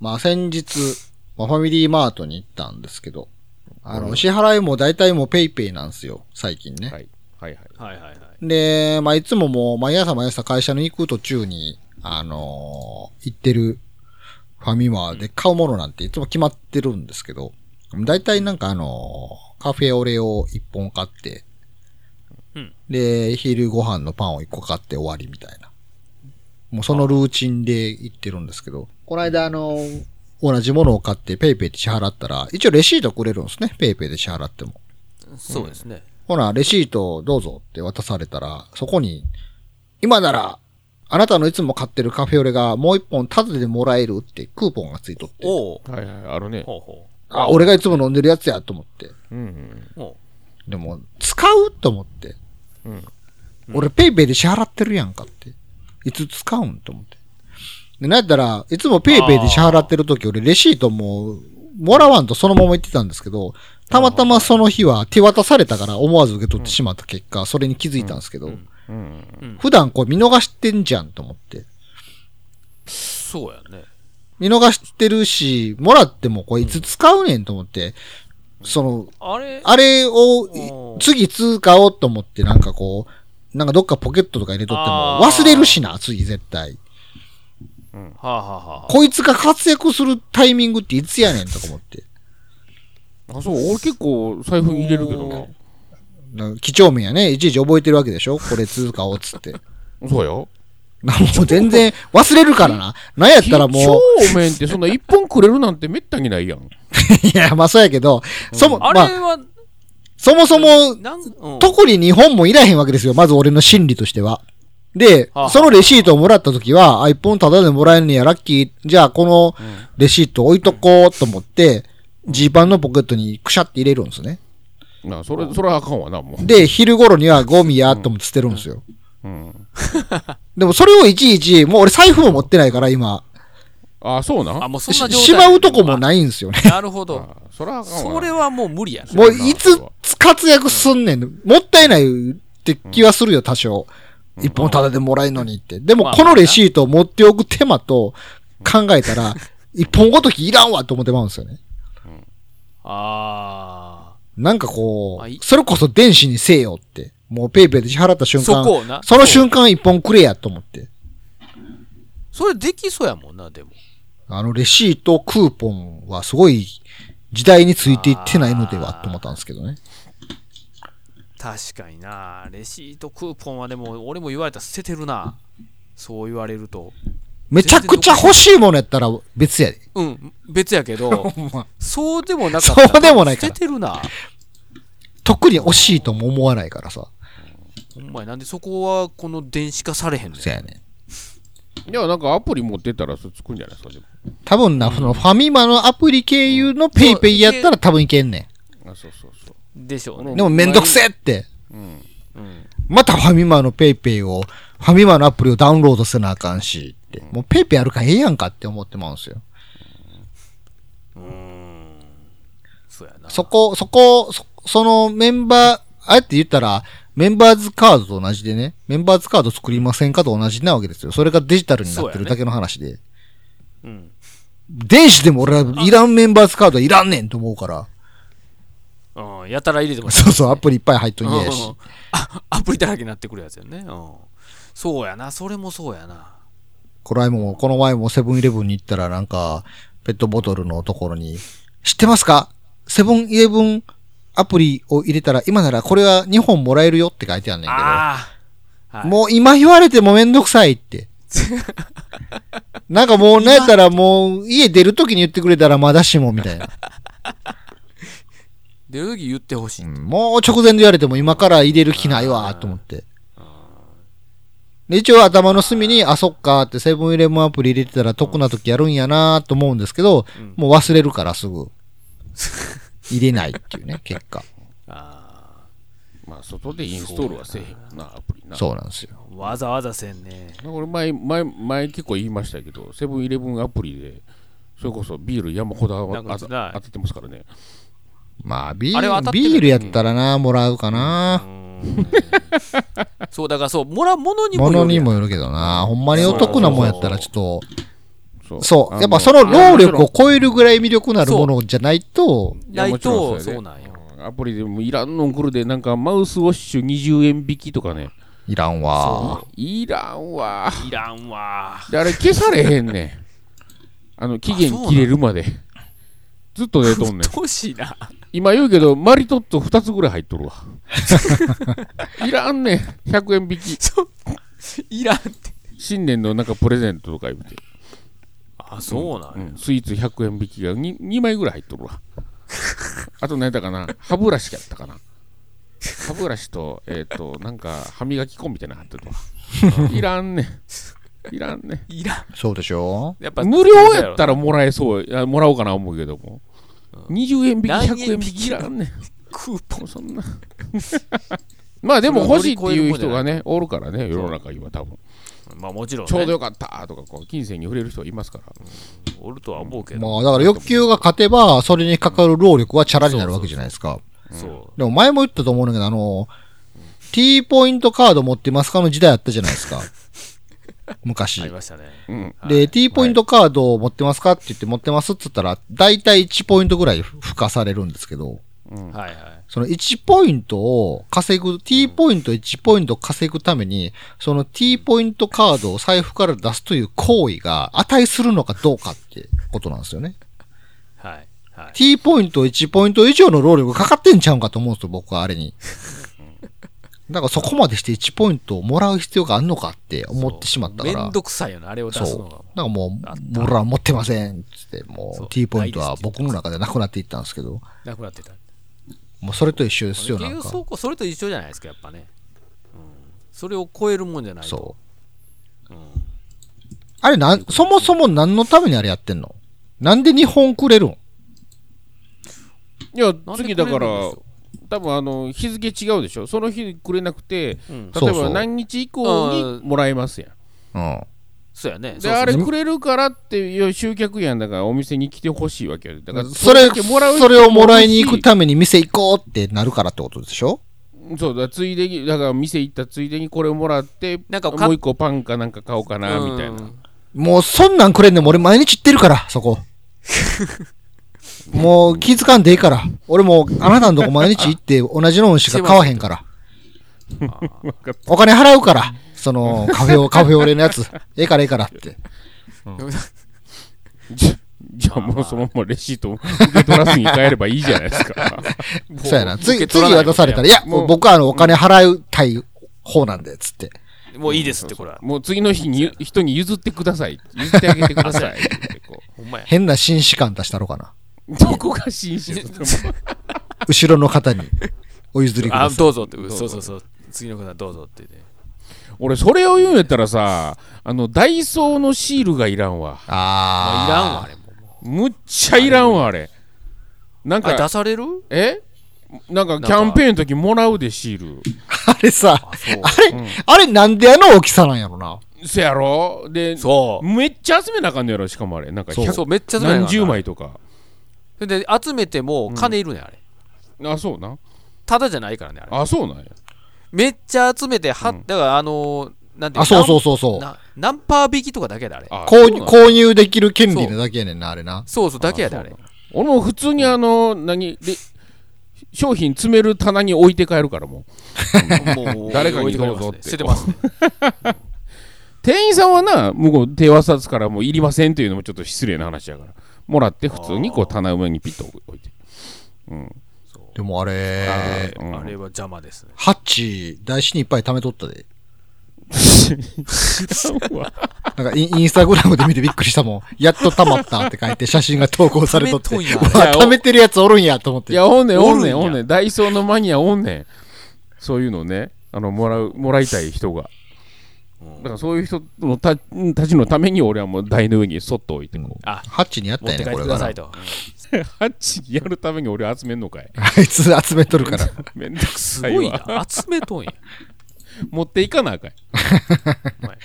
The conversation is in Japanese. まあ先日、まあ、ファミリーマートに行ったんですけど、あうの、ん支払いも大体もうペイペイなんですよ、最近ね。はい。はいはい。はいはいはい。で、まあいつももう毎朝毎朝会社に行く途中に、あのー行ってるファミマで買うものなんていつも決まってるんですけど、大体なんかあのーカフェオレを1本買って、うんで、昼ご飯のパンを1個買って終わりみたいな。もうそのルーチンで行ってるんですけど、この間あのー同じものを買ってペイペイで支払ったら、一応レシートくれるんですね、ペイペイで支払っても。そうですね。ほな、レシートをどうぞって渡されたら、そこに、今なら、あなたのいつも買ってるカフェオレがもう一本タダでもらえるってクーポンがついとって、おお。はいはい。あるね。ほうほあ、俺がいつも飲んでるやつやと思って。うん。う。おでも、使うと思って。うん。俺ペイペイで支払ってるやんかって。いつ使うんと思って。で、なんやったら、いつもペイペイで支払ってる時俺レシートも、もらわんとそのまま言ってたんですけど、たまたまその日は手渡されたから思わず受け取ってしまった結果、それに気づいたんですけど、うんうん。うん。普段これ見逃してんじゃんと思って。そうやね。見逃してるし、もらってもこれいつ使うねんと思って、その、あれあれうをんい次使おうと思ってなんかこう、なんかどっかポケットとか入れとってもあー忘れるしな、次絶対。はあ、はあはあ、こいつが活躍するタイミングっていつやねんとか思って。あ、そう。俺結構財布入れるけどおな。なんか几帳面やね。いちいち覚えてるわけでしょこれ通貨をつって。そうよ。なもう全然忘れるからな。なんやったらもう。 超面ってそんな一本くれるなんてめったにないやん。いや、まあそうやけど、そも、あまあ、れは、そもそもなん、うん、特に日本もいらへんわけですよ。まず俺の心理としては。で、はあそのレシートをもらったときは、あ、一本タダでもらえんねや、ラッキー。じゃあ、このレシート置いとこうと思って、ジーパンのポケットにくしゃって入れるんですね。なあそれ、それはあかんわな、もう。で、昼頃にはゴミやと思って捨てるんですよ。うん。でもそれをいちいち、もう俺財布も持ってないから今、あ、そうな。あ、あ、もうそんしな状態。しまうとこもないんですよね。なるほど。それはあかんわな。それはもう無理やな。もういつ活躍すんねん。もったいないって気はするよ、多少。一本タダでもらえるのにって。でもまあこのレシートを持っておく手間と考えたら、 一本ごときいらんわと思ってまうんですよね。あなんかこ、あいうそれこそ電子にせよって。もうペイペイで支払ったあ。瞬そ間、こをな。その瞬間一本くれやと思って。それできそうやもんな、でも。あのレシート、クーポンはすごい時代についていってないのではと思ったんですけどね。確かにな。レシートクーポンはでも、俺も言われたら捨ててるな。そう言われると。めちゃくちゃ欲しいものやったら別やで。うん、別やけど、 そうでもなかった。そうでもないから捨ててるな。特に惜しいとも思わないからさ。ほんまや、なんでそこはこの電子化されへんのそやねん。いや、なんかアプリ持ってたらそれつくんじゃないですか、でも。多分な、そのファミマのアプリ経由のペイペイやったら多分いけんねあ、そうそうそう。でしょうねん。。でもめんどくせえって。うん。またファミマのペイペイを、ファミマのアプリをダウンロードせなあかんしって。もうペイペイやるからええやんかって思ってまうんすよ。うーん。そうやな。そこ、そこ、そそのメンバー、あえて言ったら、メンバーズカードと同じでね、メンバーズカード作りませんかと同じなわけですよ。それがデジタルになってるだけの話で。うん。電子でも俺はいらんメンバーズカードはいらんねんと思うから。うん、やたら入れてます。そうそう、アプリいっぱい入っとんねやうんし。あアプリだらけになってくるやつやね。うん。そうやな、それもそうやな。この前も、この前もセブンイレブンに行ったらなんか、ペットボトルのところに、知ってますかセブンイレブンアプリを入れたら、今ならこれは2本もらえるよって書いてあんねんけど。ああ、はいもう今言われてもめんどくさ いって。なんかもう、なんやったらもう、家出るときに言ってくれたらまだしも、みたいな。出るとき言ってほしい。もう直前で言われても今から入れる気ないわ、と思って。で一応頭の隅に、あ、そっかってセブンイレブンアプリ入れてたら得な時やるんやなと思うんですけど、うんもう忘れるからすぐ。入れないっていうね、 結果。あまあ、外でインストールはせえへんもんな、アプリな。そうなんですよ。あ、わざわざせんね。なんか俺前、前、前結構言いましたけど、セブンイレブンアプリで、それこそビール山ほどなんかあつらい当ててますからね。まあ、ビあれはー当たル、ってるビールやったらな、もらうかな。そう、だからそう、もら、ものにも物よるにやんもよるけどな、ほんまにお得なもんやったらちょっと、そう。そう。やっぱそあのいや労力もを超えるぐらい魅力のあるものじゃないと、ちろんないやともちろそうやなんよでアプリでもいらんのん来るで、なんかマウスウォッシュ20円引きとかね。いらんわ。いらんわ。いらんわであれ消されへんねん。あの、期限切れるまで。ずっと出と んねん。どうしいな今言うけど、マリトッツォ2つぐらい入っとるわ。いらんねん。100円引き。そういらんって新年のなんかプレゼントとか言って。あそうなんやうんスイーツ100円引きが 2, 2枚ぐらい入っとる わ。あと何やったかな歯ブラシやったかな歯ブラシと、えっ、と、なんか歯磨き粉みたいなの入って るわ。いらんねん。いらんねん。いらんそうでしょやっぱ無料やったらもらえそうや、もらおうかな思うけども。20円引き、何円100円引引ききいらんねん。クーポンもうそん な。まあでも欲しいっていう人がね、おるからね、世の中今多分。まあもちろん、ね、ちょうどよかったとか、こう、金銭に触れる人はいますから。おるとは思うけど、まあ、だから欲求が勝てば、それにかかる労力はチャラになるわけじゃないですか。そうでも前も言ったと思うんだけど、あの、T ポイントカード持ってますかの時代あったじゃないです か。昔あり。ましたねうん。で、T ポイントカードを持ってますかって言って持ってますって言ったら、だいたい1ポイントぐらい付加されるんですけど、うん。はいはいその1ポイントを稼ぐ、T ポイント1ポイントを稼ぐために、その T ポイントカードを財布から出すという行為が値するのかどうかってことなんですよね。はいはい T ポイント1ポイント以上の労力かかってんちゃうんかと思うんですよ、僕はあれに。だからそこまでして1ポイントをもらう必要があるのかって思ってしまったから。めんどくさいよなあれを出すそう。のだがからもあっう、僕らは持ってませんっつって、もそうう T ポイントは僕の中でなくなっていったんですけど、なくなってたもうそれと一緒ですよ、な結ん局か。そこそれと一緒じゃないですかやっぱね、うん、それを超えるもんじゃないとそう。う、ん、あれなん、そもそも何のためにあれやってんのなんで日本くれるんいやな、んで次だかくれらるんですよ、多分あの、日付違うでしょ。その日くれなくて、うん、そ例えうそばう何日以降にもらえますやん。うん。そうやねで、そうあそうれくれるからっていう集客やんだから、お店に来てほしいわけよ。だから、それ、だけもらう人それをもらいに行多くいしために店行こうってなるからってことでしょそうだ、ついでに、だから店行ったついでにこれもらって、なんかかもう一個パンかなんか買おうかな、みたいな。もうそんなんくれんでも俺毎日行ってるから、そこ。もう気づかんでいいから。俺もうあなたのとこ毎日行って同じのしか買わへんから。お金払うから。そのカ フェオ、カフェオレのやつ。ええからええからって。じじゃあもうそのままレシート受け取らずに帰ればいいじゃないですか。そうやな。次、受け取次らない渡されたら、いや、もう僕はあの、お金払いたい方なんで、つって。 もういいですってこれはもう次の日に人に譲ってください。譲ってあげてください。ってこほんまや変な紳士感出したろかな。う どこが紳士ですか後ろの方にお譲りくあださい。どうぞってうぞそうそうそう次の方どうぞってね俺、それを言うんやったらさ、あの、ダイソーのシールがいらんわ。あまあー。いらんわあれもむっちゃいらんわ、あれ。なんあ出か、されるえなんかキャンペーンの時もらうで、シール。あれさ、そうあれ、あれなんであの大きさなんやろな。せやろで、そうめっちゃ集めなあかんのやろしかもあれなんかそう100めっちゃ集めなあかん何な十枚とかで集めても金いるねんあれあそうなただじゃないからねあれあそうなんやめっちゃ集めてはうんだからあのーなんてあ、そうそううそうそう。な何パー引きとかだけだあれあ購そ入うなんや購入できる権利なだけやねんな、あれな。そうそうだけやであれあ俺も普通にあの何で商品詰める棚に置いて帰るからもうもう誰かにどうぞって捨ててますね店員さんはな向こう手渡すからもういりませんというのもちょっと失礼な話やからもらって普通にこう棚上にピッと置いてうんでもあれ、うんあれは邪魔ですねハッチ、台紙にいっぱい貯めとったで。うわなんかイン、インスタグラムで見てびっくりしたもん。 やっと溜まったって書いて写真が投稿されとって。貯めとんやう わ貯めてるやつおるんやと思っいて。やおんねんおんねんおるんやおんねんダイソーのマニアおんねんそういうのねあのもらうもらいたい人がだからそういう人のたたちのために俺はもう台の上にそっと置いて こう。あハッチにあった持っよてね、帰ってこれくだがさな。いとハッチやるために俺集めんのかい。あいつ集めとるから。 めんどくすさいごいわ。な集めとんや持っていかなあかい。お前